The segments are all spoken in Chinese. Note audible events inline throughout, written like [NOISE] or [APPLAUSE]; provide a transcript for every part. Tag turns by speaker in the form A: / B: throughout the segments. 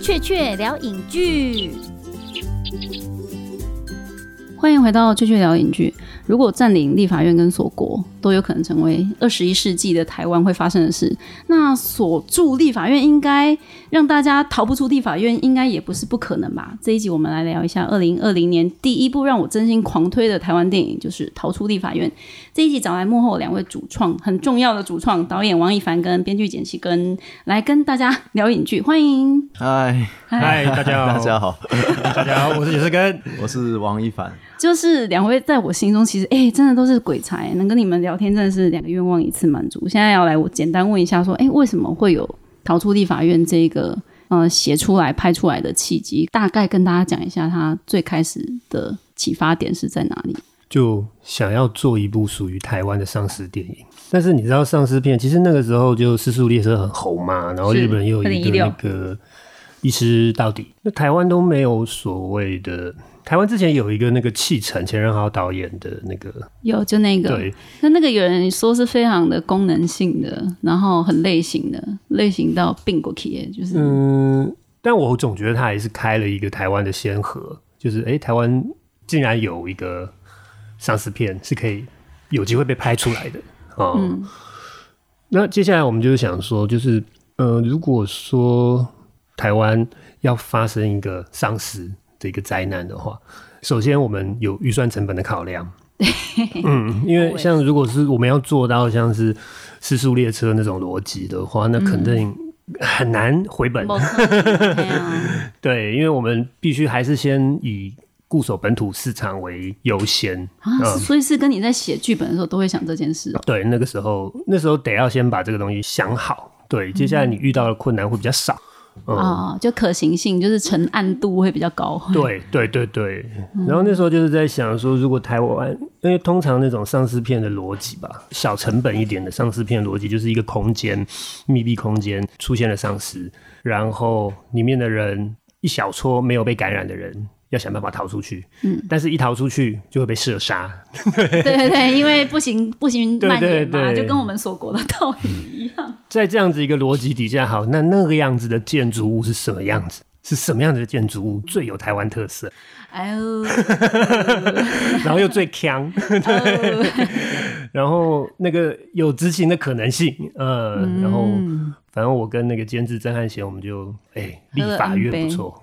A: 雀雀聊影剧，
B: 欢迎回到《追剧聊影剧》。如果占领立法院跟锁国都有可能成为二十一世纪的台湾会发生的事，那锁住立法院应该让大家逃不出立法院，应该也不是不可能吧？这一集我们来聊一下二零二零年第一部让我真心狂推的台湾电影，就是《逃出立法院》。这一集找来幕后两位主创，很重要的主创导演王一凡跟编剧简奇根来跟大家 [LAUGHS] 聊影剧，欢迎。
C: 嗨， [LAUGHS]
D: 嗨，大家好，
C: 大家好，
D: 大 [LAUGHS] 家好，我是野生根，
C: 我是王一凡。
B: 就是两位在我心中，其实哎、真的都是鬼才，能跟你们聊天，真的是两个愿望一次满足。现在要来，我简单问一下，说，哎、为什么会有逃出立法院这个呃写出来、拍出来的契机？大概跟大家讲一下，它最开始的启发点是在哪里？
D: 就想要做一部属于台湾的丧尸电影，但是你知道丧尸片，其实那个时候就《失速列车》很红嘛，然后
B: 是
D: 日本又有一个
B: 2016
D: 那个一吃到底，那台湾都没有所谓的。台湾之前有一个那个弃城钱仁豪导演的那个，
B: 有就那个，
D: 对，
B: 那那个有人说是非常的功能性的，然后很类型的，类型到病过去耶，就是、
D: 嗯，但我总觉得他还是开了一个台湾的先河，就是诶，台湾竟然有一个丧尸片是可以有机会被拍出来的哦。那接下来我们就是想说，就是呃，如果说台湾要发生一个丧尸的一个灾难的话，首先我们有预算成本的考 [LAUGHS] 量。嗯，因为像如果是我们要做到像是《失速列车》那种逻辑的话，那肯定很难回本。
B: 没可能哎呀
D: 对，因为我们必须还是先以固守本土市场为优先。
B: [LAUGHS] 啊，所以是跟你在写剧本的时候都会想这件事哦。
D: 对，那个时候那时候得要先把这个东西想好。对，接下来你遇到的困难会比较少。嗯
B: 啊、就可行性，就是成案度会比较高。
D: 对对对对，然后那时候就是在想说，如果台湾，因为通常那种丧尸片的逻辑吧，小成本一点的丧尸片逻辑就是一个空间密闭空间出现了丧尸，然后里面的人一小撮没有被感染的人。要想办法逃出去，嗯，但是一逃出去就会被射杀，
B: 对 [LAUGHS] 对对，因为不行不行
D: 对
B: 蔓延嘛，
D: 对对
B: 就跟我们锁国的道理一样。
D: 在这样子一个逻辑底下，好，那那个样子的建筑物是什么样子？是什么样子的建筑物最有台湾特色， [LAUGHS]
B: 哎呦， [LAUGHS]
D: 然后又最强？ [LAUGHS] 然后那个有执行的可能性，呃，然后反正我跟那个监制曾汉贤，我们就哎、立
B: 喝了
D: 法
B: 恩
D: 院
B: 杯
D: 不错，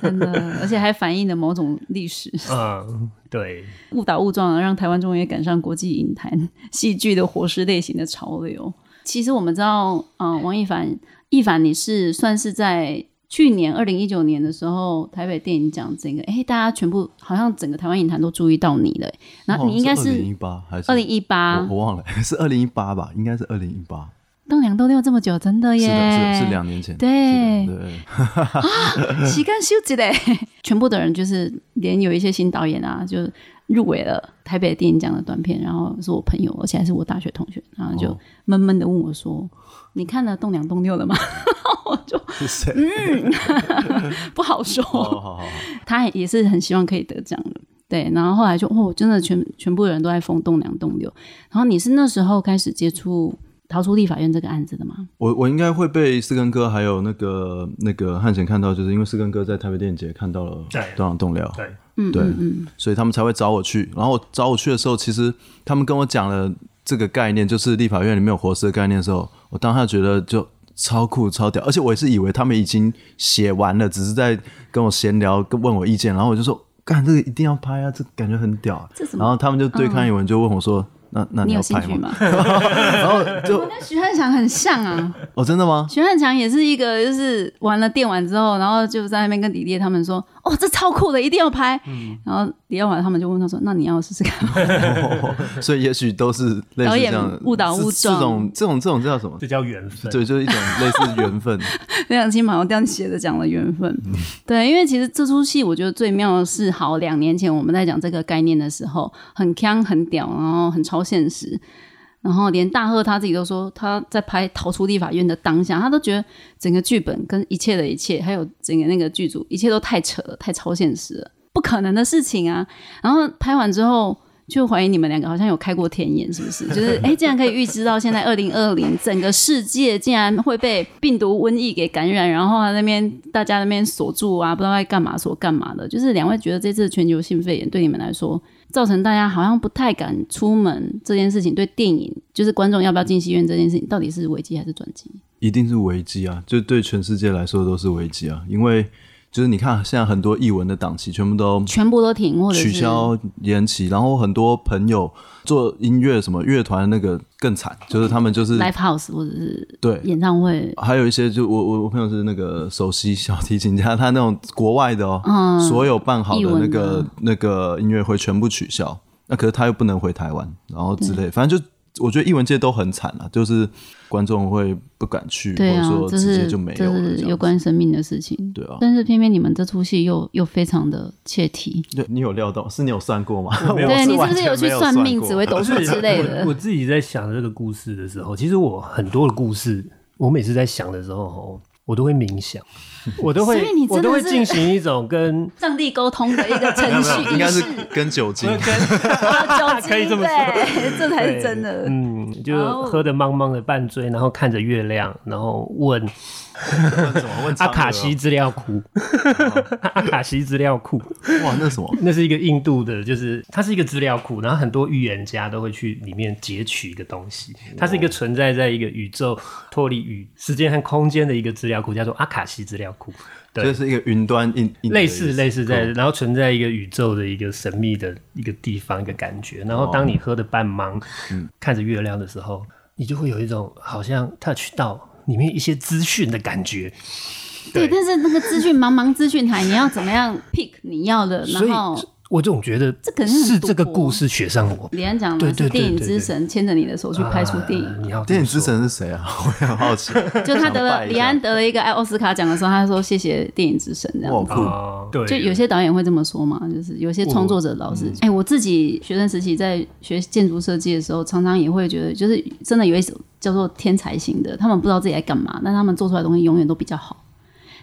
B: 真的，而且还反映了某种历史，
D: 嗯，对，
B: 误打误撞让台湾终于赶上国际影坛戏剧的活尸类型的潮流。其实我们知道，嗯、王一凡，一凡你是算是在去年二零一九年的时候，台北电影奖整个，哎，大家全部好像整个台湾影坛都注意到你了。然后你应该
C: 二零一
B: 是
C: 八还哦是
B: 二零一八
C: 我，我忘了 [LAUGHS] 是二零一八吧？应该是二零一八。
B: 栋梁斗六这么久，真的
C: 是
B: 耶！
C: 的，是的，是两年前。
B: 对
C: 是的对， [LAUGHS]
B: 旗杆修起嘞，全部的人就是连有一些新导演啊，就入围了台北电影奖的短片，然后是我朋友，而且还是我大学同学，然后就
C: 哦
B: 闷闷的问我说：“你看了栋梁栋六了吗？” [LAUGHS] 我就是
C: 谁？
B: 嗯不好说。
C: 哦，好好好，
B: 他也是很希望可以得奖的。对，然后后来就哦，真的全全部人都在疯栋梁栋六。然后你是那时候开始接触逃出立法院这个案子的吗？
C: 我我应该会被四根哥还有那个那个汉贤看到，就是因为四根哥在台北电影节看到了
D: 对
C: 《断掌动聊》，
D: 对
B: 嗯
C: 对
B: 嗯嗯，
C: 所以他们才会找我去。然后找我去的时候，其实他们跟我讲了这个概念，就是立法院里面有活尸的概念的时候，我当下觉得就超酷超屌，而且我也是以为他们已经写完了，只是在跟我闲聊，跟问我意见，然后我就说。干这个一定要拍啊！这感觉很屌啊、
B: 这怎么
C: 然后他们就对看一文，就问我说：“那那
B: 你
C: 要
B: 有兴
C: 拍
B: 趣
C: 吗
B: 吗？
C: 然后就
B: 跟徐汉祥很像啊。
C: 哦，真
B: [LAUGHS]
C: 的吗？
B: 徐汉强也是一个，就是玩了电玩之后，然后就在那边跟李烈他们说：“哦，这超酷的，一定要拍。然后李烈完他们就问他说：“那你要试试看吗
C: 所以也许都是类
B: 导
C: 似这
B: 演
C: 样的
B: 误打误
C: 这这种这种这种叫什么
D: 这？叫缘分。
C: 对，就是一种类似缘分。？”
B: [LAUGHS] 非常轻马上这样写的讲了缘分。对，因为其实这出戏我觉得最妙的是，好两年前我们在讲这个概念的时候，很强很屌，然后很超现实。然后连大赫他自己都说，他在拍《逃出立法院》的当下，他都觉得整个剧本跟一切的一切，还有整个那个剧组，一切都太扯了，太超现实了，不可能的事情啊。然后拍完之后，就怀疑你们两个好像有开过天眼，是不
C: [LAUGHS]
B: 是？就是哎，竟然可以预知到现在二零二零整个世界竟然会被病毒瘟疫给感染，然后啊那边大家那边锁住啊，不知道在干嘛锁干嘛的。就是两位觉得这次全球性肺炎对你们来说，造成大家好像不太敢出门这件事情，对电影就是观众要不要进戏院这件事情，到底是危机还是转机？
C: 一定是危机啊！就对全世界来说都是危机啊，因为就是你看现在很多译文的档期全部都
B: 全部都停或者是
C: 取消延期，然后很多朋友做音乐什么乐团那个更惨，就是他们就是
B: live house 或者是
C: 对
B: 演唱会，
C: 还有一些就我我我朋友是那个首席小提琴家，他那种国外的哦，
B: 嗯
C: 所有办好
B: 译
C: 的
B: 文
C: 那个
B: 的
C: 那个音乐会全部取消，那可是他又不能回台湾，然后之类，反正就。我觉得译文界都很惨了、就是观众会不敢去，
B: 对啊
C: 或者，说
B: 这
C: 直接
B: 是
C: 就没有
B: 这
C: 了这
B: 是
C: 样子
B: 有关生命的事情。
C: 对啊，
B: 但是偏偏你们这出戏又又非常的切题，
C: 对你有料到是你有算过吗？
B: [LAUGHS]
D: 没有
B: 对
D: 是
B: 你是
D: 完
B: 不是
D: 全
B: 有去
D: 没有
B: 算命、
C: 过
B: 紫微斗
D: [LAUGHS]
B: 数之类
D: 我
B: 的？
D: 我自己在想这个故事的时候，其实我很多的故事，我每次在想的时候，哦我都会
B: [LAUGHS]
D: 冥想，我都会
B: 所以你真，的
D: 我都会
B: 是
D: 进行一种跟
B: 上帝沟通的一个程序
C: 应该
B: 仪式
C: 是，跟酒精。
B: 啊酒
D: 可以
B: 精
D: 这么
B: 对， [LAUGHS] 这才
D: 对
B: 是真的。
D: 嗯，就
B: 哦
D: 喝的茫茫的半醉，然后看着月亮，然后
C: [LAUGHS]
D: 问
C: 问什么？问嫦
D: 阿
C: 娥
D: 卡
B: 哦
D: 西资
B: [LAUGHS]
D: 料库，阿卡西资料库，
C: 哇，那什么？
D: 那是一个印度的，就是它是一个资料库，然后很多预言家都会去里面截取一个东西，它是一个存在在一个宇宙脱离宇时间和空间的一个资料库，叫做阿卡西资料库，对
C: 这是一个云端印印的
D: 类
C: 意思
D: 似类似在，然后存在一个宇宙的一个神秘的一个地方一个感觉，然后
C: 哦
D: 当你喝的半茫，
C: 嗯
D: 看着月亮的时候，你就会有一种好像 touch 到里面一些资讯的感觉，
B: 对，但是那个资讯茫茫资讯台，你要怎么样 pick 你要的？
D: 所
B: 然
D: 以
B: 后
D: 我总觉得
B: 这可能很哦
D: 是这个
B: 赌博
D: 故事雪上我。
B: 李安讲
D: 对
B: 的
D: 对
B: 是
D: 对
B: 电影
D: 对
B: 之
D: 对
B: 神牵着你的手去拍出电
D: 啊
B: 影，
D: 你要
C: 电影
D: 之
C: 之神是谁啊？ [LAUGHS] 我也很好奇。
B: 就他得
C: 想拜
B: 了
C: 一下
B: 李安得了一个奥斯卡奖的时候，他说谢谢电影之神这样
C: 哇，
B: 子。
C: 酷！
D: 啊，对，
B: 就有些导演会这么说嘛，就是有些创作者老师，哎、我自己学生时期在学建筑设计的时候，常常也会觉得，就是真的有一种叫做天才型的，他们不知道自己在干嘛，但他们做出来的东西永远都比较好。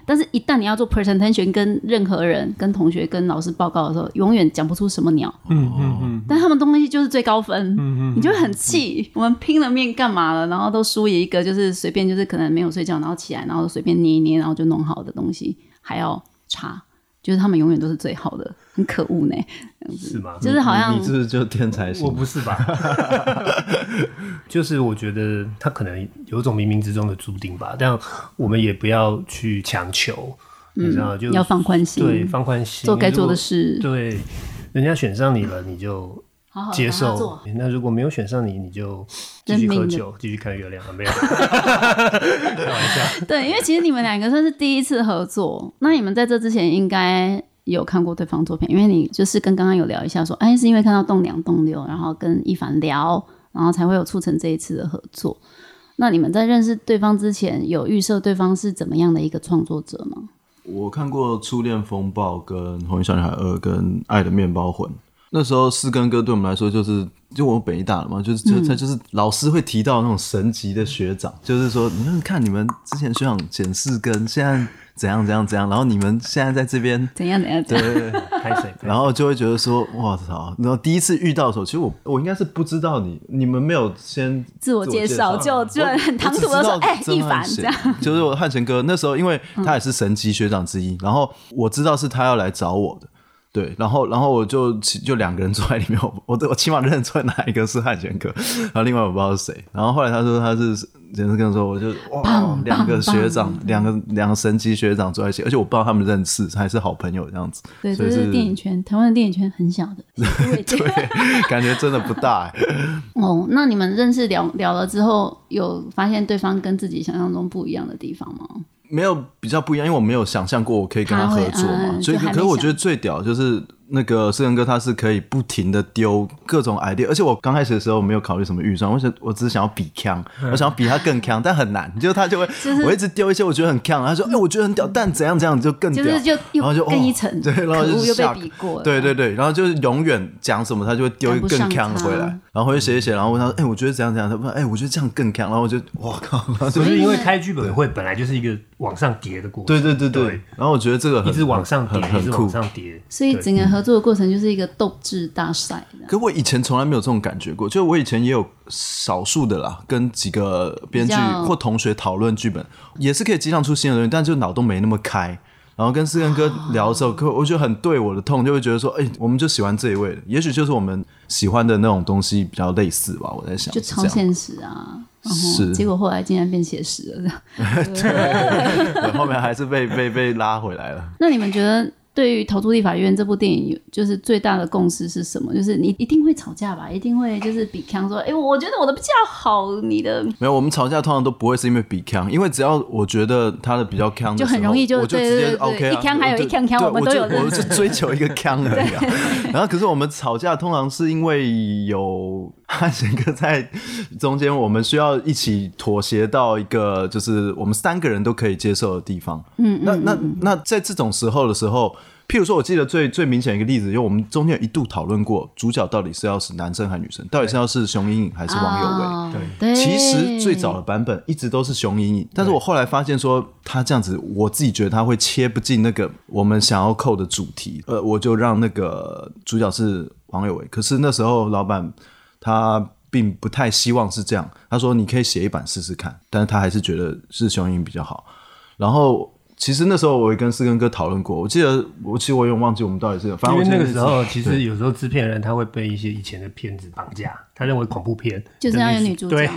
B: 但是，一旦你要做 presentation，跟任何人、跟同学、跟老师报告的时候，永远讲不出什么鸟。
D: 嗯嗯嗯，
B: 但他们东西就是最高分，你就会很气。我们拼了命干嘛了？然后都输一个，就是随便，就是可能没有睡觉，然后起来，然后随便捏一捏，然后就弄好的东西还要差，就是他们永远都是最好的，很可恶呢。
D: 是吗？嗯
B: 就是好像
C: 你是不是就天才型
D: 我？不是吧？ [LAUGHS] 就是我觉得他可能有一种冥冥之中的注定吧，但我们也不要去强求，你知道，就
B: 嗯要放宽心，
D: 对放宽心，
B: 做该做的
D: 如
B: 事，
D: 果。对，人家选上你了，你就
B: 好好
D: 接
B: 把它
D: 受
B: 做。
D: 那如果没有选上你，你就继
B: 认
D: 续喝
B: 命的
D: 酒，继续看月亮，啊没有？ [LAUGHS]
B: 对，因为其实你们两个算是第一次合作，那你们在这之前应该有看过对方作品，因为你就是跟刚刚有聊一下说，哎，是因为看到栋梁栋六，然后跟一凡聊，然后才会有促成这一次的合作。那你们在认识对方之前，有预设对方是怎么样的一个创作者吗？
C: 我看过《初恋风暴》、跟《红衣小女孩二》、跟《爱的面包魂》。那时候四根哥对我们来说就是，就我们北医大了嘛，就是
B: 嗯
C: 就他就是老师会提到那种神级的学长，就是说你看看你们之前学长减四根，现在怎样怎样怎样，然后你们现在在这边，
B: 怎样怎样怎
C: 对
B: 样？
C: 对对，
D: 拍谁？
C: 然后就会觉得说，哇操！然后第一次遇到的时候，其实我我应该是不知道你，你们没有先
B: 自我介绍
C: 啊
B: 就就很唐突的说，哎，一凡这样。嗯
C: 样。就是我汉贤哥那时候，因为他也是神级学长之一，然后我知道是他要来找我的。对，然后，然后我就起就两个人坐在里面，我我我起码认出来哪一个是汉贤哥，然后另外我不知道是谁。然后后来他说他是，简直跟我说，我就哇，两个学长，两个两个神级学长坐在一起，而且我不知道他们认识，还是好朋友这样子。
B: 对，
C: 所
B: 这
C: 以
B: 是电影圈，台湾的电影圈很小的，对
C: 感觉真的不大、欸。
B: [LAUGHS] 哦，那你们认识聊聊了之后，有发现对方跟自己想象中不一样的地方吗？
C: 没有比较不一样，因为我没有想象过我可以跟他合
B: 他
C: 作嘛，
B: 会嗯
C: 所以
B: 就还没
C: 可可是我
B: 想
C: 觉得最屌就是那个思仁哥，他是可以不停的丢各种 idea，而且我刚开始的时候没有考虑什么预算，我想我只是想要比强，
B: 嗯
C: 我想要比他更强，但很难，就是他就会我一直丢一些我觉得很强，他说哎、我觉得很屌，但怎样怎样就更
B: 就
C: 屌，
B: 是就
C: 然后就
B: 又更一
C: 哦
B: 层，
C: 对，然后
B: 可
C: 就
B: 恶又被
C: shock
B: 比过了，
C: 对对对，然后就是永远讲什么，他就会丢一个更
B: 赶
C: 强
B: 不上他
C: 回来，然后会写一写，然后问他，哎、我觉得怎样怎样，他说，哎、我觉得这样更强，然后我就，我靠，然后就
D: [LAUGHS] 不是因为开剧本会本来就是一个往上叠的过程，
C: 对对对对，然后我觉得这个很
D: 一直往上
C: 很
D: 叠，一
C: 很
D: 直
C: 酷
D: 往，上叠，
C: 嗯
B: 所以整个合合作的过程就是一个斗智大赛这样。
C: 可我以前从来没有这种感觉过，就我以前也有少数的啦，跟几个编剧
B: 比较
C: 或同学讨论剧本，也是可以激荡出新的东西，但就脑洞没那么开。然后跟思根哥聊的时候，可我觉得很对我的痛，就会觉得说，哎、我们就喜欢这一位，也许就是我们喜欢的那种东西比较类似吧。我在想，
B: 就是超
C: 这样
B: 现实啊。然后
C: 是
B: 结果后来竟然变写实了。这样
C: 对后面还是被被被拉回来了。
B: 那你们觉得对于《投注立法院》这部电影，有就是最大的共识是什么？就是你一定会吵架吧，一定会就是比康说，哎、我觉得我的比较好，你的
C: 没有，我们吵架通常都不会是因为比腔，因为只要我觉得他的比较腔的时
B: 就
C: 候，
B: 很容易就
C: 我就
B: 对
C: 直接
B: 对对对
C: OK 啊
B: 一腔还有
C: 对
B: 一腔腔
C: 对
B: 我们
C: 就
B: 都有认
C: 我就追求一个腔
B: [LAUGHS]
C: 而已、啊。然后可是我们吵架通常是因为有汉贤哥在中间，我们需要一起妥协到一个就是我们三个人都可以接受的地方。嗯，那那那在这种时候的时候。譬如说，我记得最最明显一个例子，因为我们中间有一度讨论过，主角到底是要是男生还是女生，到底是要是熊英颖还是王有为？
B: 啊
D: 对
B: 对，
C: 其实最早
B: 嗯
C: 的版本一直都是熊莹莹，但是我后来发现说他这样子，我自己觉得他会切不进那个我们想要扣的主题，呃，我就让那个主角是王有为。可是那时候老板他并不太希望是这样，他说你可以写一版试试看，但是他还是觉得是熊莹莹比较好。然后其实那时候我也跟四根哥讨论过，我记得我其实我有点忘记我们到底是，反正
D: 因
C: 我
D: 为
C: 记得
D: 那个时候，其
C: 对
D: 实有时候制片人他会被一些以前的片子绑架，他认为恐怖片
B: 就是
D: 的
B: 要有
D: 女
B: 女主
D: 对 [LAUGHS]
B: 角，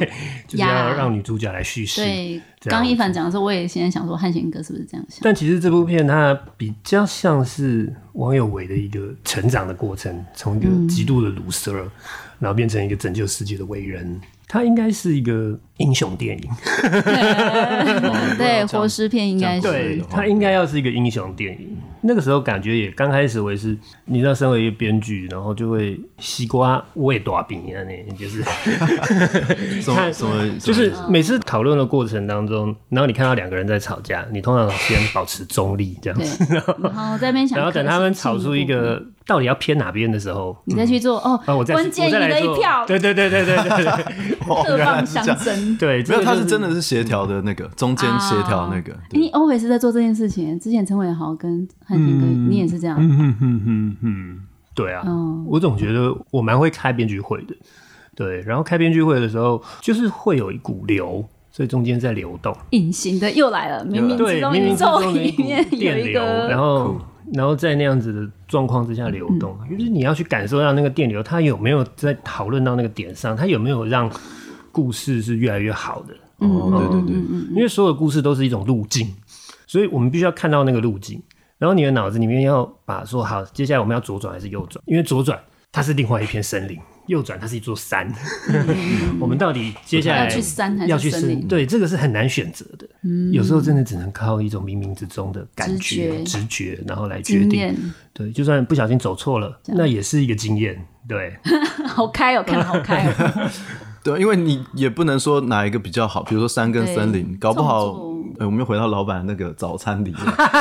D: 就是
B: 呀
D: 要让女主角来叙事。
B: 对。
D: 这样
B: 刚一凡讲的时候，我也现在想说，汉贤哥是不是这样想？
D: 但其实这部片它比较像是王有为的一个成长的过程，从一个极度的 loser，、然后变成一个拯救世界的伟人。它应该是一个英雄电影，
B: 对，活尸片应该
C: 这样
B: 是
C: 对
D: 对，它应该要是一个英雄电影。那个时候感觉也刚开始，我也是，你知道，身为一个编剧，然后就会西瓜喂大饼啊，那就是
C: 什么
D: 看
C: 什么
D: 就是每次讨论的过程当中，然后你看到两个人在吵架，你通常先保持中立这样
B: 对
D: 子，，
C: [LAUGHS]
B: 然后在那边想，
D: 然后等他们吵出一，个到底要偏哪边的时候，
B: 你
C: 嗯
B: 再去做哦
D: 啊，我，再
B: 关键
D: 我
B: 你
D: 再来
B: 的一
D: 做
B: 票，
D: 对对对对对对对
C: 哦
B: 各放相争。
D: 对，
C: [LAUGHS] 没有，
D: 这个
C: 他
D: 就是嗯
C: 真的是协调的那个中
B: 哦
C: 间协调那个，对
B: 你 always 在做这件事情，之前陈伟豪跟汉奸哥，
C: 嗯
B: 你也是这样，
D: 对啊，
B: 嗯
D: 我总觉得我蛮会开编剧会的，对，然后开编剧会的时候，就是会有一股流，所以中间在流动，
B: 隐形的又来了，冥冥之
D: 对，
B: 中
D: 冥冥
B: 宇
D: 之中
B: 宙
D: 的一
B: 里
D: 股
B: 面有
D: 电
B: 一
D: 流，然
B: 个，嗯
D: 后然后在那样子的状况之下流动，就是你要去感受到那个电流，它有没有在讨论到那个点上，它有没有让故事是越来越好的，
B: 嗯
C: 哦，对对对，
D: 因为所有的故事都是一种路径，所以我们必须要看到那个路径，然后你的脑子里面要把说好，接下来我们要左转还是右转？因为左转它是另外一片森林，右转它是一座山。 [LAUGHS] 我们到底接下来
B: 要去山还是
D: 要去
B: 森林嗯
D: 对，这个是很难选择的。有时候真的只能靠一种冥冥之中的感觉、
B: 直
D: 直觉，然后来决
B: 经
D: 定
B: 验。
D: 对，就算不小心走错了，那也是一个经验。对，
B: 好开哦，看得好开哦，
C: 对，因为你也不能说哪一个比较好，比如说山跟森林，
B: 对
C: 搞不好
B: 创，
C: 呃，我们又回到老板那个早餐里面，
D: [LAUGHS]
B: [LAUGHS]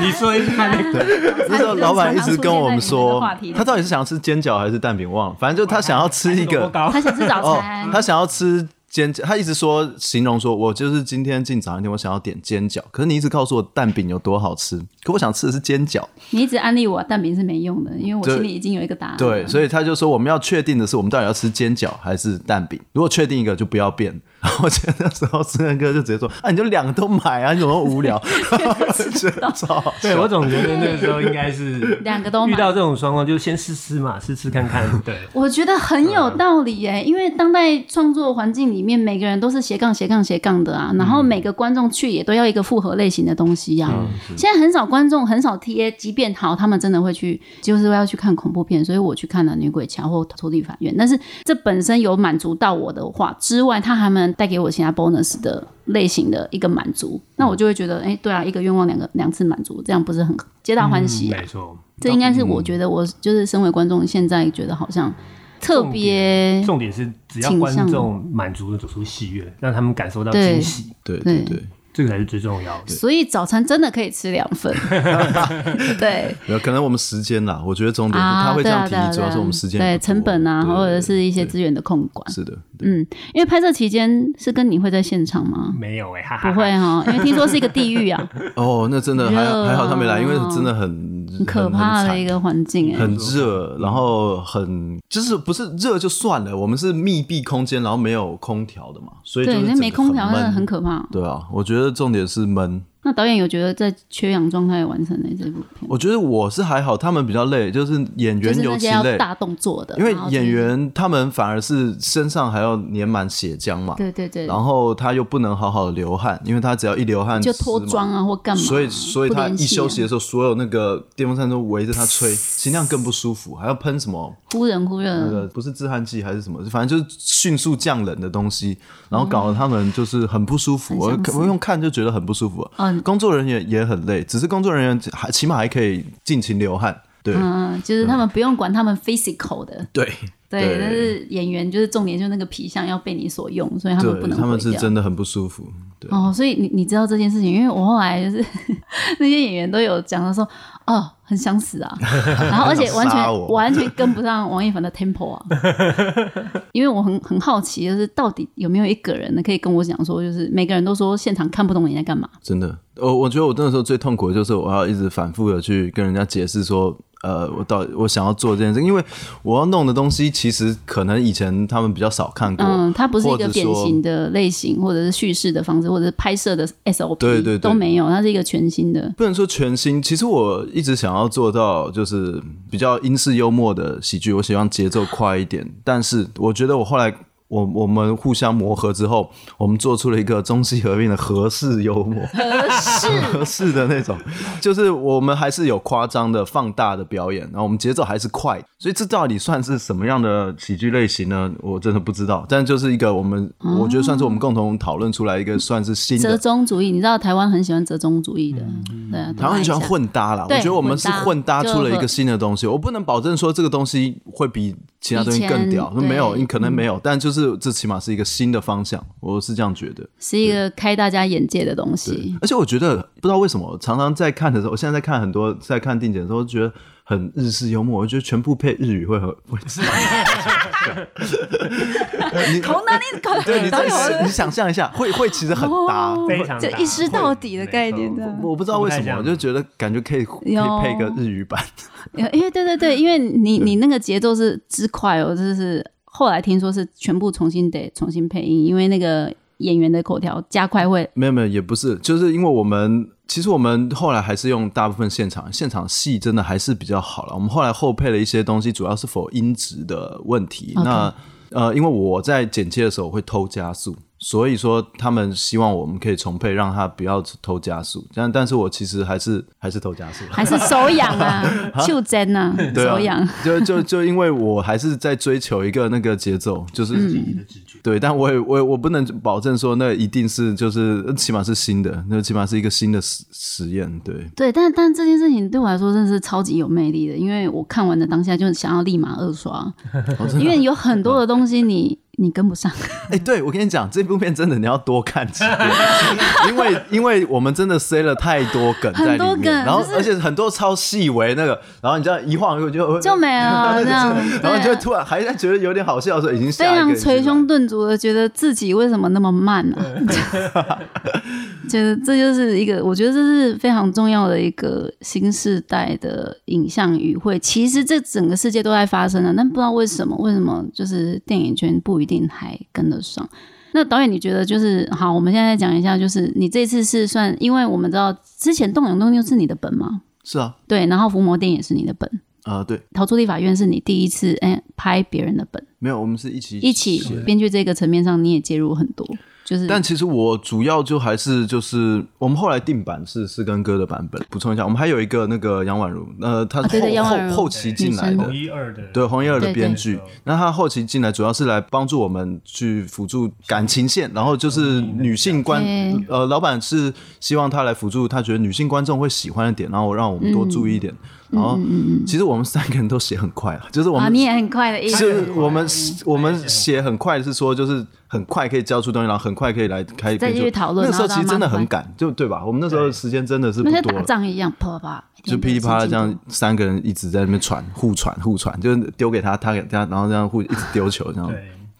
D: 你说一下那个，
C: 那时候老板一直跟我们说
B: 常常出现在你们的话题，里
C: 他到底是想要吃煎饺还是蛋饼，忘了，反正就他想要吃一个，
D: 糕
B: 他想吃早
C: 哦
B: 餐，，
C: 他想要吃煎饺，他一直说形容说，我就是今天进早餐店，我想要点煎饺，可是你一直告诉我蛋饼有多好吃，可我想吃的是煎饺，
B: 你一直安利我蛋饼是没用的，因为我
C: 对
B: 心里已经有一个答案了。
C: 对，所以他就说我们要确定的是，我们到底要吃煎饺还是蛋饼？如果确定一个，就不要变。然后我觉得那时候思恩哥就直接说：“啊，你就两个都买啊，你怎么那么
B: [LAUGHS]
C: 无聊？”我 [LAUGHS] 觉得超好
D: 对我总觉得那个时候应该是
B: 两个都买
D: 遇到这种状况，就先试试嘛，试试
B: [LAUGHS]
D: 看看。对，
B: 我觉得很有道理耶，因为当代创作环境里面，每个人都是斜杠斜杠斜杠的啊，然后每个观众去也都要一个复合类型的东西呀、啊。现在很少观众很少贴，即便好，他们真的会去，就是要去看恐怖片，所以我去看了《女鬼桥》或《脱离法院》，但是这本身有满足到我的话之外，它还能带给我其他 bonus 的类型的一个满足，那我就会觉得，哎、对啊，一个愿望两个两次满足，这样不是很皆大欢喜啊？
D: 嗯没错。
B: 这应该是
C: 嗯
B: 我觉得我就是身为观众，现在觉得好像特别
D: 重点是，只要
B: 倾
D: 观
B: 向
D: 众满足的走出喜悦，让他们感受到
B: 对
D: 惊喜。
C: 对
B: 对
C: 对对，
D: 这个才是最重要的。
B: 所以早餐真的可以吃两
C: [LAUGHS]
B: 份，对
C: 没有，可能我们时间啦，我觉得重点是他会这
B: 对
C: 样
B: 啊，
C: 提
B: 对啊，
C: 议，主
B: 对啊
C: 要是我们时间
B: 对
C: 不足
B: 成本啊，
C: 对
B: 或者是一些
C: 对
B: 资源的控管。
C: 是的，对
B: 嗯，因为拍摄期间是跟你会在现场吗？
D: 没有哎、哈哈
B: 不
D: 哈，
B: 会啊哈，因为听说是一个地狱
C: [LAUGHS]
B: 啊，
C: 哦，那真的还
B: 热啊啊
C: 还好他没来，因为真的很
B: 很可怕的一。
C: 很很惨
B: 个环境哎、
C: 很热，然后很就是不是热就算了，我们是密闭空间，然后没有空调的嘛，所以就
B: 对，
C: 是
B: 那
C: 整
B: 没
C: 个
B: 空调真的
C: 闷
B: 很可怕。哦
C: 对啊，我觉得重点是闷。
B: 那导演有觉得在缺氧状态完成了这部片，
C: 我觉得我是还好，他们比较累，就是演
B: 就
C: 员
B: 是
C: 尤
B: 那
C: 其
B: 些要
C: 累，
B: 大动作的，
C: 因为
B: 然后就是
C: 演员他们反而是身上还要粘满血浆嘛，
B: 对对对，
C: 然后他又不能好好流汗，因为他只要一流汗
B: 就脱
C: 湿嘛
B: 妆啊或干嘛，
C: 所以，所以
B: 不
C: 他
B: 联
C: 一
B: 系啊
C: 休息的时候，所有那个电风扇都围着他吹，其实那样更不舒服，还要喷什么
B: 忽冷忽
C: 那
B: 热，啊
C: 个不是止汗剂还是什么，反正就是迅速降冷的东西，然后搞得他们就是很不舒服。
B: 哦很
C: 我
B: 相似
C: 我用看就觉得很不舒服。
B: 嗯
C: 工作人员也也很累，只是工作人员还起码还可以尽情流汗。对、
B: 嗯，就是他们不用管他们 physical 的，
C: 对
B: 对，但是演员就是重点就是那个皮相要被你所用，所以他们不
C: 对，
B: 能
C: 他们
B: 毁
C: 是
B: 掉
C: 真的很不舒服。对，
B: 哦，所以你你知道这件事情，因为我后来就是 [LAUGHS] 那些演员都有讲到说，哦，很想死
C: [LAUGHS]
B: 啊，然后而且完
C: 很想杀
B: 全
C: 我
B: 完全跟不上王一凡的 tempo
C: [LAUGHS]
B: 啊，因为我很很好奇，就是到底有没有一个人呢可以跟我讲说，就是每个人都说现场看不懂你在干嘛，
C: 真的，我我觉得我那时候最痛苦的就是我要一直反复的去跟人家解释说，呃，我到底我想要做这件事，因为我要弄的东西其实可能以前他们比较少看过，
B: 嗯，它不是一
C: 或
B: 个
C: 者
B: 典
C: 说
B: 型的类型，或者是叙事的方式，或者是拍摄的 SOP，
C: 对对对
B: 都没有，它是一个全新的，
C: 不能说全新，其实我一直想要做到就是比较英式幽默的喜剧，我希望节奏快一点。但是我觉得我后来我我们互相磨合之后，我们做出了一个中西合并的合适幽默， [LAUGHS] 合适的那种，就是我们还是有夸张的、放大的表演，然后我们节奏还是快，所以这到底算是什么样的喜剧类型呢？我真的不知道。但就是一个我们，我觉得算是我们共同讨论出来一个算是新
B: 折
C: 的嗯
B: 中主义，你知道台湾很喜欢折中主义的，对啊，
C: 台湾很喜欢
B: 都爱讲
C: 混搭啦，我
B: 对
C: 觉得我们是混搭
B: 混搭
C: 出了一
B: 就
C: 个新的东西。我不能保证说这个东西会比其他东西更屌
B: 以，前
C: 没有，
B: 对嗯
C: 你可能没有，但就是这起码是一个新的方向，我是这样觉得。
B: 是一个开大家眼界的东西。
C: 而且我觉得不知道为什么，常常在看的时候，我现在在看很多在看定检的时候，觉得很日式幽默，我觉得全部配日语会很会。你
B: 从哪里搞
C: 对你
B: 导
C: 这你
B: 游
C: 想象一下，会会其实很搭。
D: 非常
B: 就
D: 大
B: 一视到底的
D: 会
B: 概
D: 没错
B: 念啊的
C: 我不知道为什
D: 不太
C: 么，
D: 像
C: 我就觉得感觉可以可以
B: 有
C: 配个日语版。
B: 因为对对
C: 嗯
B: 对，因为你你那个节奏是之快哦，就是后来听说是全部重新得重新配音，因为那个演员的口条加快会
C: 没有没有，也不是，就是因为我们其实我们后来还是用大部分现场，现场戏真的还是比较好了。我们后来后配了一些东西，主要是否音质的问题。
B: OK
C: 那呃，因为我在剪切的时候会偷加速，所以说他们希望我们可以重配，让他不要偷加速。但但是我其实还是还是偷加速。
B: 还是手痒
C: [LAUGHS]
B: 啊，袖珍啊，
C: 对
B: 手
C: 啊
B: 痒。，
C: 就就就因为我还是在追求一个那个节奏，就是、
B: 嗯
D: 你的直觉。
C: 对，但我也我也我不能保证说那一定是就是呃起码是新的，那起码是一个新的实实验。对，
B: 对，但但这件事情对我来说真的是超级有魅力的，因为我看完的当下就想要立马二刷，
C: 哦
B: 因
C: 啊
B: 为有很多的东西你你跟
C: [LAUGHS]
B: 不上，
C: 哎、对我跟你讲，这部片真的你要多看几遍， [LAUGHS] 因为因为我们真的塞了太多梗在
B: 很多
C: 里
B: 梗
C: 面，然后、
B: 就是
C: 而且很多超细微那个，然后你这样一晃就就。
B: 就没了这样
C: 然后你
B: 对
C: 就
B: 啊
C: 会突然还在觉得有点好笑的时候，已经
B: 非
C: 下一个
B: 常
C: 已经
B: 捶
C: 来
B: 胸顿足的，觉得自己为什么那么慢呢、啊？ [LAUGHS] 觉得这就是一个，我觉得这是非常重要的一个新时代的影像语汇。其实这整个世界都在发生啊了，但不知道为什么，为什么就是电影圈不一定还跟得上。那导演，你觉得就是好？我们现在讲一下，就是你这次是算，因为我们知道之前《动永动又》是你的本嘛，
C: 是啊
B: 对，然后《伏魔电影》也是你的本，《
C: 啊、对，
B: 逃出立法院》是你第一次哎、拍别人的本。
C: 没有我们是一起
B: 一起
C: 写
B: 编剧这个层面上，你也介入很多，就是
C: 但其实我主要就还是就是我们后来定版是是跟哥的版本。补充一下，我们还有一个那个杨婉如，呃，她
B: 啊对
C: 是后、
B: 对杨婉如
C: 后后期进来
B: 女
C: 的
B: 生
D: 红，一二的
C: 对红叶儿的编剧
D: 对对对。
C: 那她后期进来主要是来帮助我们去辅助感情线，然后就是女性观
B: 嗯对
C: 呃老板是希望她来辅助，她觉得女性观众会喜欢的点，然后让我们多注意
B: 嗯
C: 一点。然后其实我们三个人都写很快啊，就是我
B: 啊，
C: 们
B: 你也很快的，一嗯
C: 是我们我们写很快是说，就是很快可以交出东西，然后很快可以来开
B: 再继续讨论
C: 那时候
B: 然
C: 其
B: 后
C: 实真的
B: 让他
C: 很
B: 慢慢
C: 赶，就对吧？我们那时候时间真的是不
B: 那像
C: 多
B: 打
C: 了。
B: 仗一样，啪啪啪，
C: 就噼里啪啦这样，三个人一直在那边传，互传互传，就是丢给他，他给他，然后这样互一直丢球，这样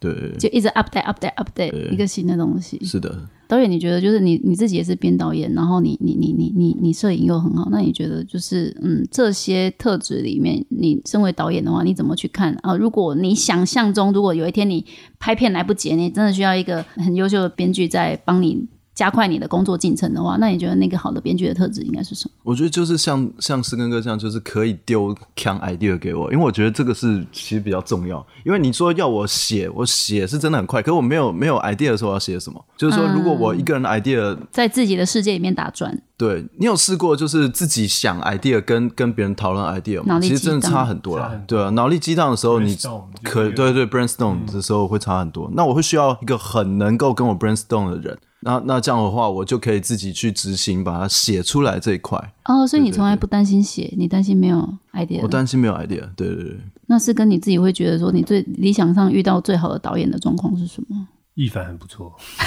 D: 对，
C: 对对对，
B: 就一直 update update update 一个新的东西。
C: 是的。
B: 导演，你觉得就是你你自己也是编导演，然后你你你你你你摄影又很好，那你觉得就是嗯这些特质里面，你身为导演的话，你怎么去看啊？如果你想象中，如果有一天你拍片来不及，你真的需要一个很优秀的编剧在帮你加快你的工作进程的话，那你觉得那个好的编剧的特质应该是什么？
C: 我觉得就是像像四根哥这样，就是可以丢 can idea 给我，因为我觉得这个是其实比较重要。因为你说要我写，我写是真的很快，可我没有没有 idea 的时候我要写什么？就
B: 嗯
C: 是说，如果我一个人的 idea，、
B: 在自己的世界里面打转，
C: 对你有试过就是自己想 idea 跟跟别人讨论 idea
B: 脑
C: 吗？
B: 力
C: 其
B: 激
C: 实
B: 荡
C: 真的差很多
D: 差
C: 啦
D: 很，
C: 对啊，脑力激荡的时候你
D: Brainstorm，
C: 可
D: 就是
C: 对对 brainstorm 的时候会差很多。那我会需要一个很能够跟我 brainstorm 的人，那那这样的话，我就可以自己去执行，把它写出来这一块。
B: 哦，所以你
C: 对对
B: 从来不担心写，你担心没有 idea，
C: 我担心没有 idea，对对对。
B: 那是跟你自己会觉得说，你最理想上遇到最好的导演的状况是什么？
D: 一凡很不错，
B: [LAUGHS] 哎、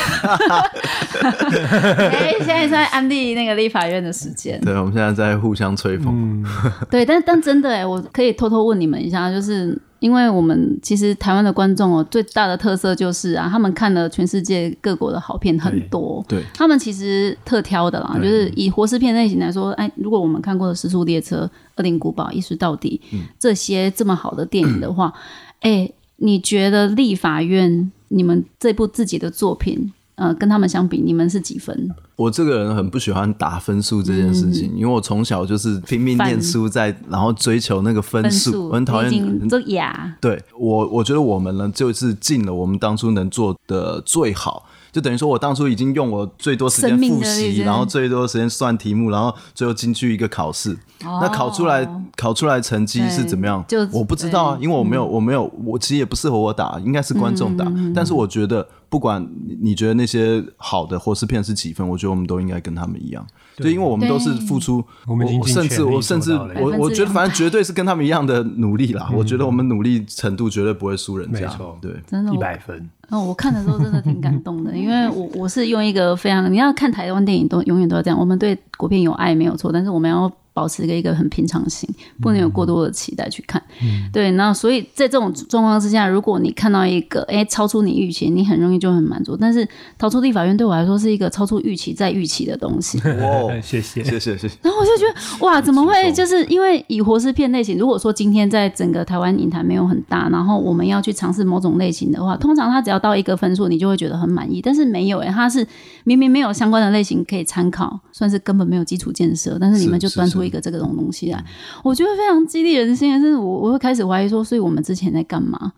B: 现在是在安利那个立法院的时间，
C: 对，我们现在在互相吹捧。
D: 嗯
B: 对，但但真的哎、我可以偷偷问你们一下，就是因为我们其实台湾的观众哦、最大的特色就是啊，他们看了全世界各国的好片很多，
C: 对对
B: 他们其实特挑的啦，就是以活尸片类型来说，哎，如果我们看过《时速列车》《恶灵古堡》《一识到底》
C: 嗯
B: 这些这么好的电影的话，哎、你觉得立法院你们这部自己的作品，呃，跟他们相比，你们是几分？
C: 我这个人很不喜欢打分数这件事
B: 嗯
C: 情，因为我从小就是拼命念书在，然后追求那个分
B: 分
C: 数，
B: 数？
C: 我很讨
B: 你已经
C: 厌。
B: 这呀，
C: 对我，我觉得我们呢，就是尽了我们当初能做的最好，就等于说我当初已经用我最多时间
B: 生命
C: 复
B: 的力
C: 习，
B: 量
C: 然后最多时间算题目，然后最后进去一个考试。那考出来
B: 哦
C: 考出来成绩是怎么样？
B: 对就
C: 我不知道啊，
B: 对嗯
C: 因为我没有我没有我其实也不适合我打，应该是观众打。但是我觉得，不管你你觉得那些好的或是片是几分，我觉得我们都应该跟他们一样，就因为我们都是付出，
D: 我们已经尽
C: 甚至
D: 全力
C: 我甚至
D: 做到了嗯
C: 我我觉得
B: 100%
C: 反正绝对是跟他们一样的努力啦。我觉得我们努力程度绝对不会输人
D: 没
C: 家
D: 错， [LAUGHS]
C: 对。
B: 真的
D: 一
B: 我
D: 百分，
B: 哦，我看的时候真的挺感动的，因为我我是用一个非常，你要看台湾电影都永远都要这样，我们对国片有爱没有错，但是我们要保持一个一个很平常心，不能有过多的期待去看。对，那所以在这种状况之下，如果你看到一个哎、诶超出你预期，你很容易就很满足，但是逃出立法院对我来说是一个超出预期再预期的东西。
C: 哇
D: [LAUGHS]
C: 哦，
D: 谢谢。
C: 谢谢谢谢。
B: 然后我就觉得哇，怎么会？就是因为以活尸片类型，如果说今天在整个台湾影坛没有很大，然后我们要去尝试某种类型的话，通常它只要到一个分数，你就会觉得很满意。但是没有诶、欸它是明明没有相关的类型可以参考，算是根本没有基础建设，但是嗯你们就端出一个这个种东西来，我觉得非常激励人心。甚至我我会开始怀疑说，所以我们之前在干嘛？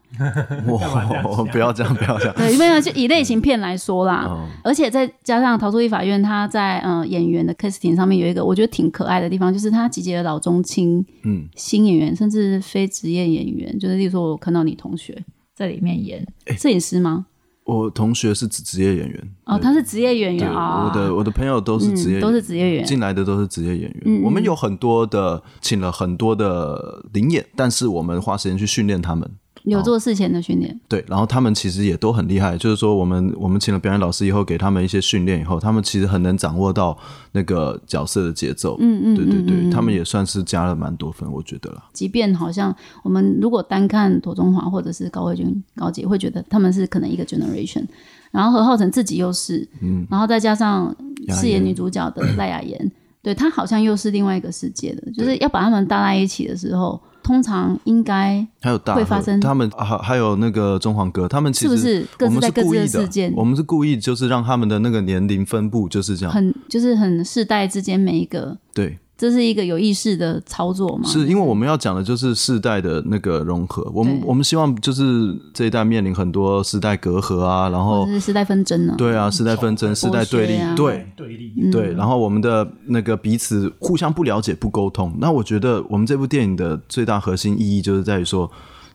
C: 哇，不要这样，不要这样。嗯
B: 对，因为就以类型片来说啦，而且再加上《逃出一法院》，它在呃演员的 casting 上面有一个我觉得挺可爱的地方，就是它集结了老中青，
C: 嗯，
B: 新演员甚至非职业演员，就是例如说我看到你同学在里面演摄影师吗？
C: 我同学是职职业演员
B: 哦，他是职业演
C: 对，
B: 员啊，
C: 我的我的朋友都是
B: 嗯
C: 职业演员，
B: 都是职业演员，
C: 进来的都是职业演员。
B: 嗯
C: 我们有很多的请了很多的零演，但是我们花时间去训练他们。
B: 有做事前的训练。
C: 对，然后他们其实也都很厉害，就是说我们我们请了表演老师以后，给他们一些训练以后，他们其实很能掌握到那个角色的节奏。嗯嗯，对对对，他们也算是加了蛮多分，我觉得啦。
B: 即便好像我们如果单看左中华或者是高慧君、高姐，会觉得他们是可能一个 generation，然后何浩晨自己又是，嗯，然后再加上饰演女主角的赖雅妍，对她好像又是另外一个世界的，就是要把他们搭在一起的时候，通常应该
C: 还有大
B: 会发生
C: 他们还、还有那个中黄哥，他们其
B: 是不
C: 实
B: 是各
C: 我
B: 自
C: 们
B: 在
C: 是
B: 各
C: 故
B: 自
C: 意
B: 的
C: 的
B: 事件
C: 我们是故意就是让他们的那个年龄分布就是这样。
B: 很就是很世代之间每一个，
C: 对，
B: 这是一个有意识的操作嘛？
C: 是因为我们要讲的就是世代的那个融合，我们
B: 对
C: 我们希望就是这一代面临很多世代隔阂啊，然
B: 或
C: 后
B: 者是时代纷争呢？
C: 对啊，世代纷争、世代对立
B: 剥削啊，
C: 对
D: 对立，
C: 对，然后我们的那个彼此互相不了解、不沟通。那我觉得我们这部电影的最大核心意义就是在于说。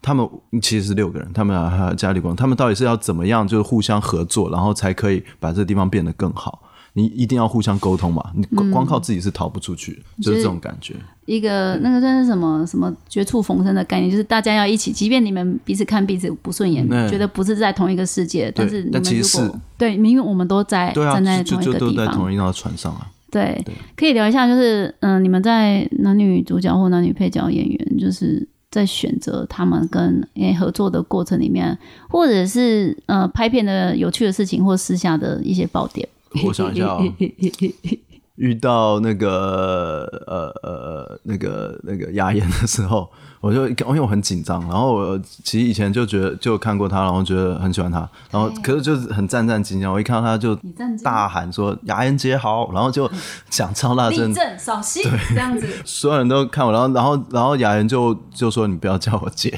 C: 他们其实是六个人，他们啊还有家里光，他们到底是要怎么样，就是互相合作，然后才可以把这地方变得更好。你一定要互相沟通嘛，你
B: 嗯
C: 光光靠自己是逃不出去，就是这种感觉。
B: 一个那个算是什么什么绝处逢生的概念，就是大家要一起，即便你们彼此看彼此不顺眼，
C: 嗯
B: 觉得不是在同一个世界，但是你们
C: 但其实
B: 如
C: 是
B: 果对，明明我们都在、
C: 对啊
B: 站在，
C: 就
B: 同一
C: 就
B: 个
C: 就都
B: 地
C: 在
B: 方，
C: 同一条船上啊。
B: 对，
C: 对
B: 可以聊一下，就是嗯、呃你们在男女主角或男女配角演员，就是在选择他们跟诶、合作的过程里面，或者是呃拍片的有趣的事情，或私下的一些爆点。
C: 我想一下、
B: [LAUGHS]
C: 哦，遇到那个呃呃那个那个牙烟的时候，我就因为我很紧张，然后我其实以前就觉得就看过他，然后觉得很喜欢他，然后可是就是很战战兢兢，我一看到他就
B: 战兢
C: 大喊说牙烟姐好，然后就讲超大声，
B: 正扫兴嗯这样子，
C: 所有人都看我，然后然后然后雅妍就就说你不要叫我姐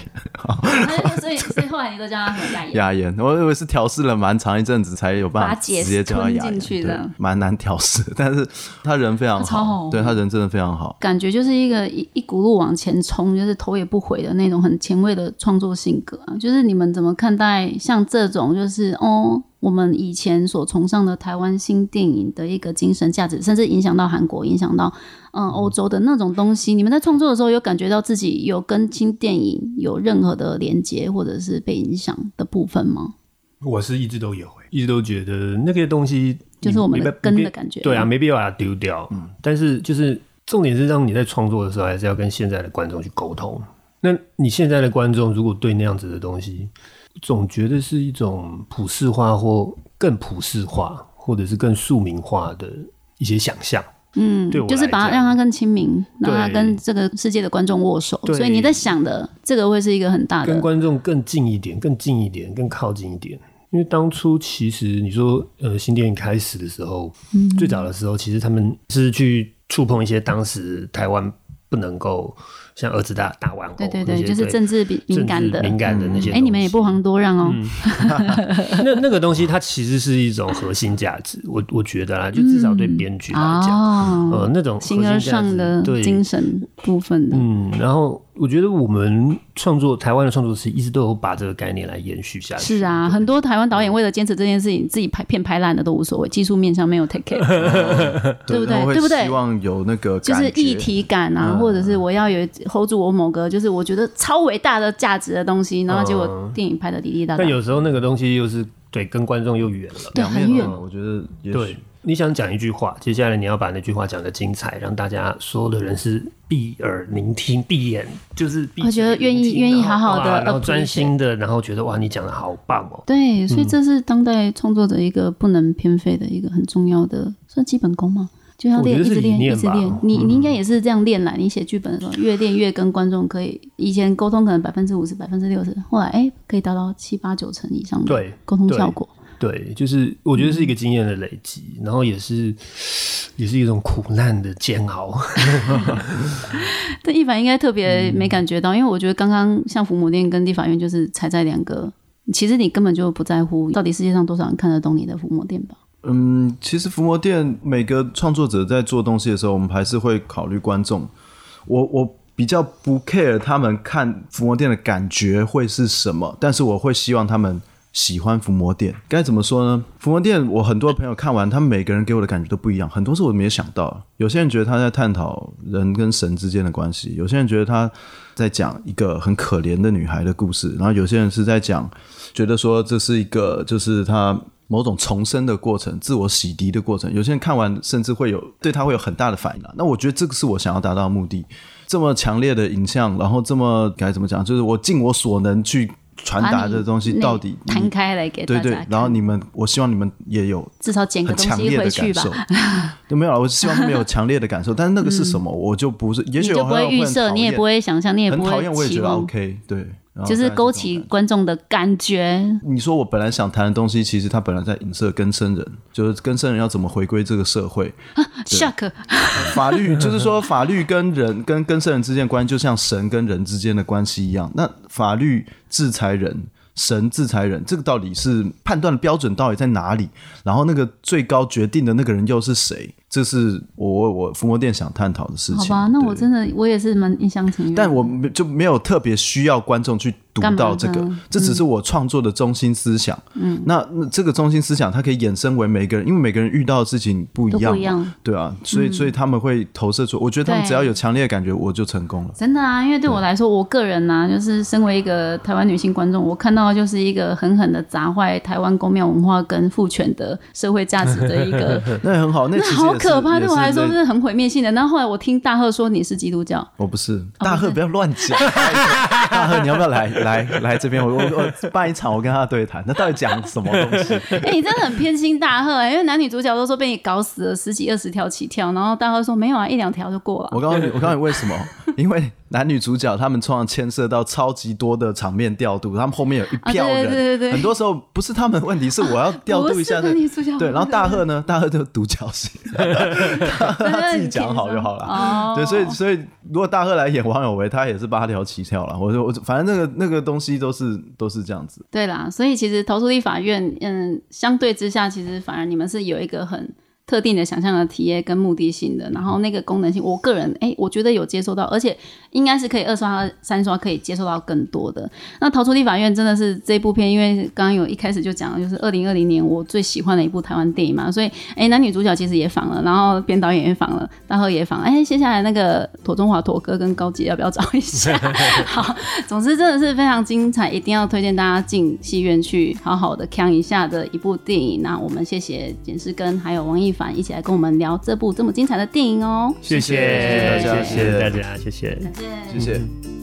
B: 所以所以后来你都叫他什么雅妍？
C: 雅妍，我以为是调试了蛮长一阵子才有办
B: 把
C: 法
B: 姐
C: 直接叫她
B: 吞
C: 雅
B: 进
C: 妍，
B: 去
C: 对
B: 的
C: 蛮难调试，但是她人非常
B: 她超
C: 好，
B: 好
C: 对她人真的非常好，
B: 感觉就是一个一一股路往前冲，就是头也不回的那种很前卫的创作性格啊。就是你们怎么看待像这种，就是哦，我们以前所崇尚的台湾新电影的一个精神价值，甚至影响到韩国，影响到嗯欧洲的那种东西。你们在创作的时候有感觉到自己有跟新电影有任何的连接，或者是被影响的部分吗？
D: 我是一直都有、一直都觉得那个东西
B: 就是我们的
D: 没办
B: 根
D: 没
B: 的感觉
D: 对啊，没必要把它丢掉。但是就是重点是让你在创作的时候，还是要跟现在的观众去沟通。那你现在的观众如果对那样子的东西，总觉得是一种普世化或更普世化，或者是更庶民化的一些想象。
B: 嗯
D: 对我，
B: 就是
D: 来
B: 把它
D: 讲
B: 让它更亲民，让它
D: 对
B: 跟这个世界的观众握手。
D: 对
B: 所以你在想的这个会是一个很大的
D: 跟观众更近一点，更近一点，更靠近一点。因为当初其实你说，呃，新电影开始的时候，
B: 嗯
D: 最早的时候，其实他们是去触碰一些当时台湾不能够像儿子大大玩偶那
B: 对
D: 些，
B: 对对，就是政治比敏感的。
D: 政治敏感的那些。
B: 哎，你们也不遑多让哦。
D: 那那个东西，它其实是一种核心价值，我我觉得啦，就至少对编剧来讲，
B: 嗯哦，
D: 呃，那种核心
B: 形而
D: 价值
B: 上的
D: 对
B: 精神部分的，
D: 嗯，然后我觉得我们创作台湾的创作是一直都有把这个概念来延续下去。
B: 是啊，很多台湾导演为了坚持这件事情，自己拍片拍烂了都无所谓，技术面上没有 take care，对哦不对
C: 然后会
B: 对不对
C: 希望有那个
B: 就
C: 感
B: 是
C: 觉
B: 议题感啊，或者是我要有 hold 住我某个就是我觉得超伟大的价值的东西，然后结果电影拍的滴滴答答
D: 但。有时候那个东西又是对跟观众又远了。
B: 对，
C: 两面
B: 很远，
C: 嘛我觉得也
D: 对
C: 许，
D: 你想讲一句话，接下来你要把那句话讲的精彩，让大家所有的人是闭耳聆听、闭眼就是闭
B: 我哦觉得愿意
D: 眼聆听
B: 愿意
D: 然后
B: 好好地
D: 哇然后
B: appreciate
D: 专心的，然后觉得哇，你讲的好棒哦。
B: 对，
C: 嗯
B: 所以这是当代创作者一个不能偏废的一个很重要的，算基本功吗？就要练，
D: 我
B: 一
D: 觉得
B: 直
D: 是
B: 练，
D: 理
B: 一
D: 念
B: 直
D: 吧
B: 练。你你应该
C: 嗯
B: 也是这样练来，你写剧本的时候，越练越跟观众可以，以前沟通可能百分之五十、百分之六十，后来哎可以达到七八九成以上的
D: 对
B: 沟通效果。 [LAUGHS]
D: 对，就是我觉得是一个经验的累积，然后也是也是一种苦难的煎熬。
B: 但一凡应该特别
C: 嗯
B: 没感觉到，因为我觉得刚刚像父母恋跟立法院就是踩在两个，其实你根本就不在乎到底世界上多少人看得懂你的父母恋吧？
C: 嗯，其实伏魔店每个创作者在做东西的时候，我们还是会考虑观众。我我比较不 care 他们看伏魔店的感觉会是什么，但是我会希望他们喜欢伏魔店。该怎么说呢？伏魔店，我很多朋友看完，他们每个人给我的感觉都不一样，很多是我没有想到的。有些人觉得他在探讨人跟神之间的关系，有些人觉得他在讲一个很可怜的女孩的故事，然后有些人是在讲觉得说这是一个就是他某种重生的过程、自我洗涤的过程。有些人看完甚至会有对他会有很大的反应、啊。那我觉得这个是我想要达到的目的。这么强烈的影像，然后这么该怎么讲？就是我尽我所能去传达的东西，
B: 把你
C: 到底
B: 内摊开来给大
C: 嗯对
B: 家
C: 对
B: 看，
C: 然后你们，我希望你们也有
B: 至少捡个
C: 很
B: 东
C: 强
B: 西
C: 烈
B: 回
C: 的
B: 去
C: 感
B: 吧
C: 受。 [LAUGHS] 都没有了，我希望他们有强烈的感受，
B: [LAUGHS]
C: 但是那个是什么，我就不是，也
B: 你
C: 许
B: 就
C: 我
B: 不会
C: 很
B: 预设，
C: 讨
B: 你也
C: 厌
B: 不会想象，你也
C: 很
B: 不
C: 讨厌，我
B: 会
C: 也
B: 期
C: 觉得
B: 望，
C: OK，对，然后
B: 就是
C: 大概这
B: 勾
C: 种
B: 起
C: 感觉
B: 观众的感觉。
C: 你说我本来想谈的东西，其实它本来在影射更生人，就是更生人要怎么回归这个社会。
B: Shark，
C: 法律就是说，法律跟人跟更生人之间的关系，就像神跟人之间的关系一样。那法律制裁人，神制裁人，这个到底是判断的标准到底在哪里？然后那个最高决定的那个人又是谁？这是我我我伏魔殿想探讨的事
B: 好
C: 情。
B: 吧，那我
C: 对
B: 真的我也是蛮一厢情愿的。
C: 但我没就没有特别需要观众去读
B: 干嘛
C: 到这个
B: 呢，
C: 这只是我创作的中心思想。嗯，那那这个中心思想，它可以衍生为每个人，因为每个人遇到的事情不一
B: 都
C: 样
B: 不
C: 嘛，
B: 一样，
C: 对啊，所
B: 嗯
C: 以所以他们会投射出。我觉得他们
B: 对
C: 只要有强烈的感觉，我就成功了。
B: 真的啊，因为对我来说，我个人呢、啊，就是身为一个台湾女性观众，我看到的就是一个狠狠的砸坏台湾公庙文化跟父权的社会价值的一个。
C: 那很 [LAUGHS] 好，那其
B: 那
C: 实
B: 好
C: 也是
B: 可怕，
C: 也
B: 对我来说
C: 类
B: 是很毁灭性的。然后后来我听大赫说你是基督教，
C: 我不是
B: 哦
C: 大赫，不要乱讲。 [LAUGHS] 大赫，你要不要来来来这边？我我我办一场我跟他的对谈，那到底讲什么
B: [LAUGHS]
C: 东西？
B: 哎、你真的很偏心大赫、欸，因为男女主角都说被你搞死了十几二十条起跳，然后大赫说没有啊，一两条就过了。
C: 我告诉你，我告诉你为什么？因为男女主角他们通常牵涉到超级多的场面调度，他们后面有一票人，
B: 啊对对对对对
C: 很多时候不是他们的问题，是我要调度一下
B: 不
C: 的。
B: 是男女主角
C: 对，然后大赫呢，大赫就独角戏， [LAUGHS] 他自己讲好就好了。
B: 哦
C: 对，所以所以如果大赫来演王有为，他也是八条七条了。我就我就反正那个那个东西都是都是这样子。
B: 对啦，所以其实投诉立法院，嗯，相对之下，其实反而你们是有一个很特定的想象的体验跟目的性的，然后那个功能性，我个人哎、我觉得有接受到，而且应该是可以二刷、三刷可以接受到更多的。那逃出立法院真的是这部片，因为刚刚有一开始就讲了，就是二零二零年我最喜欢的一部台湾电影嘛，所以哎、男女主角其实也访了，然后编导演也访了，大贺也访，哎、接下来那个妥中华妥哥跟高杰要不要找一下？好，总之真的是非常精彩，一定要推荐大家进戏院去好好的看一下的一部电影。那我们谢谢简诗根还有王一凡一起来跟我们聊这部这么精彩的电影哦。
D: 谢
C: 谢谢大家
D: 谢谢大家，谢谢。
C: 谢谢。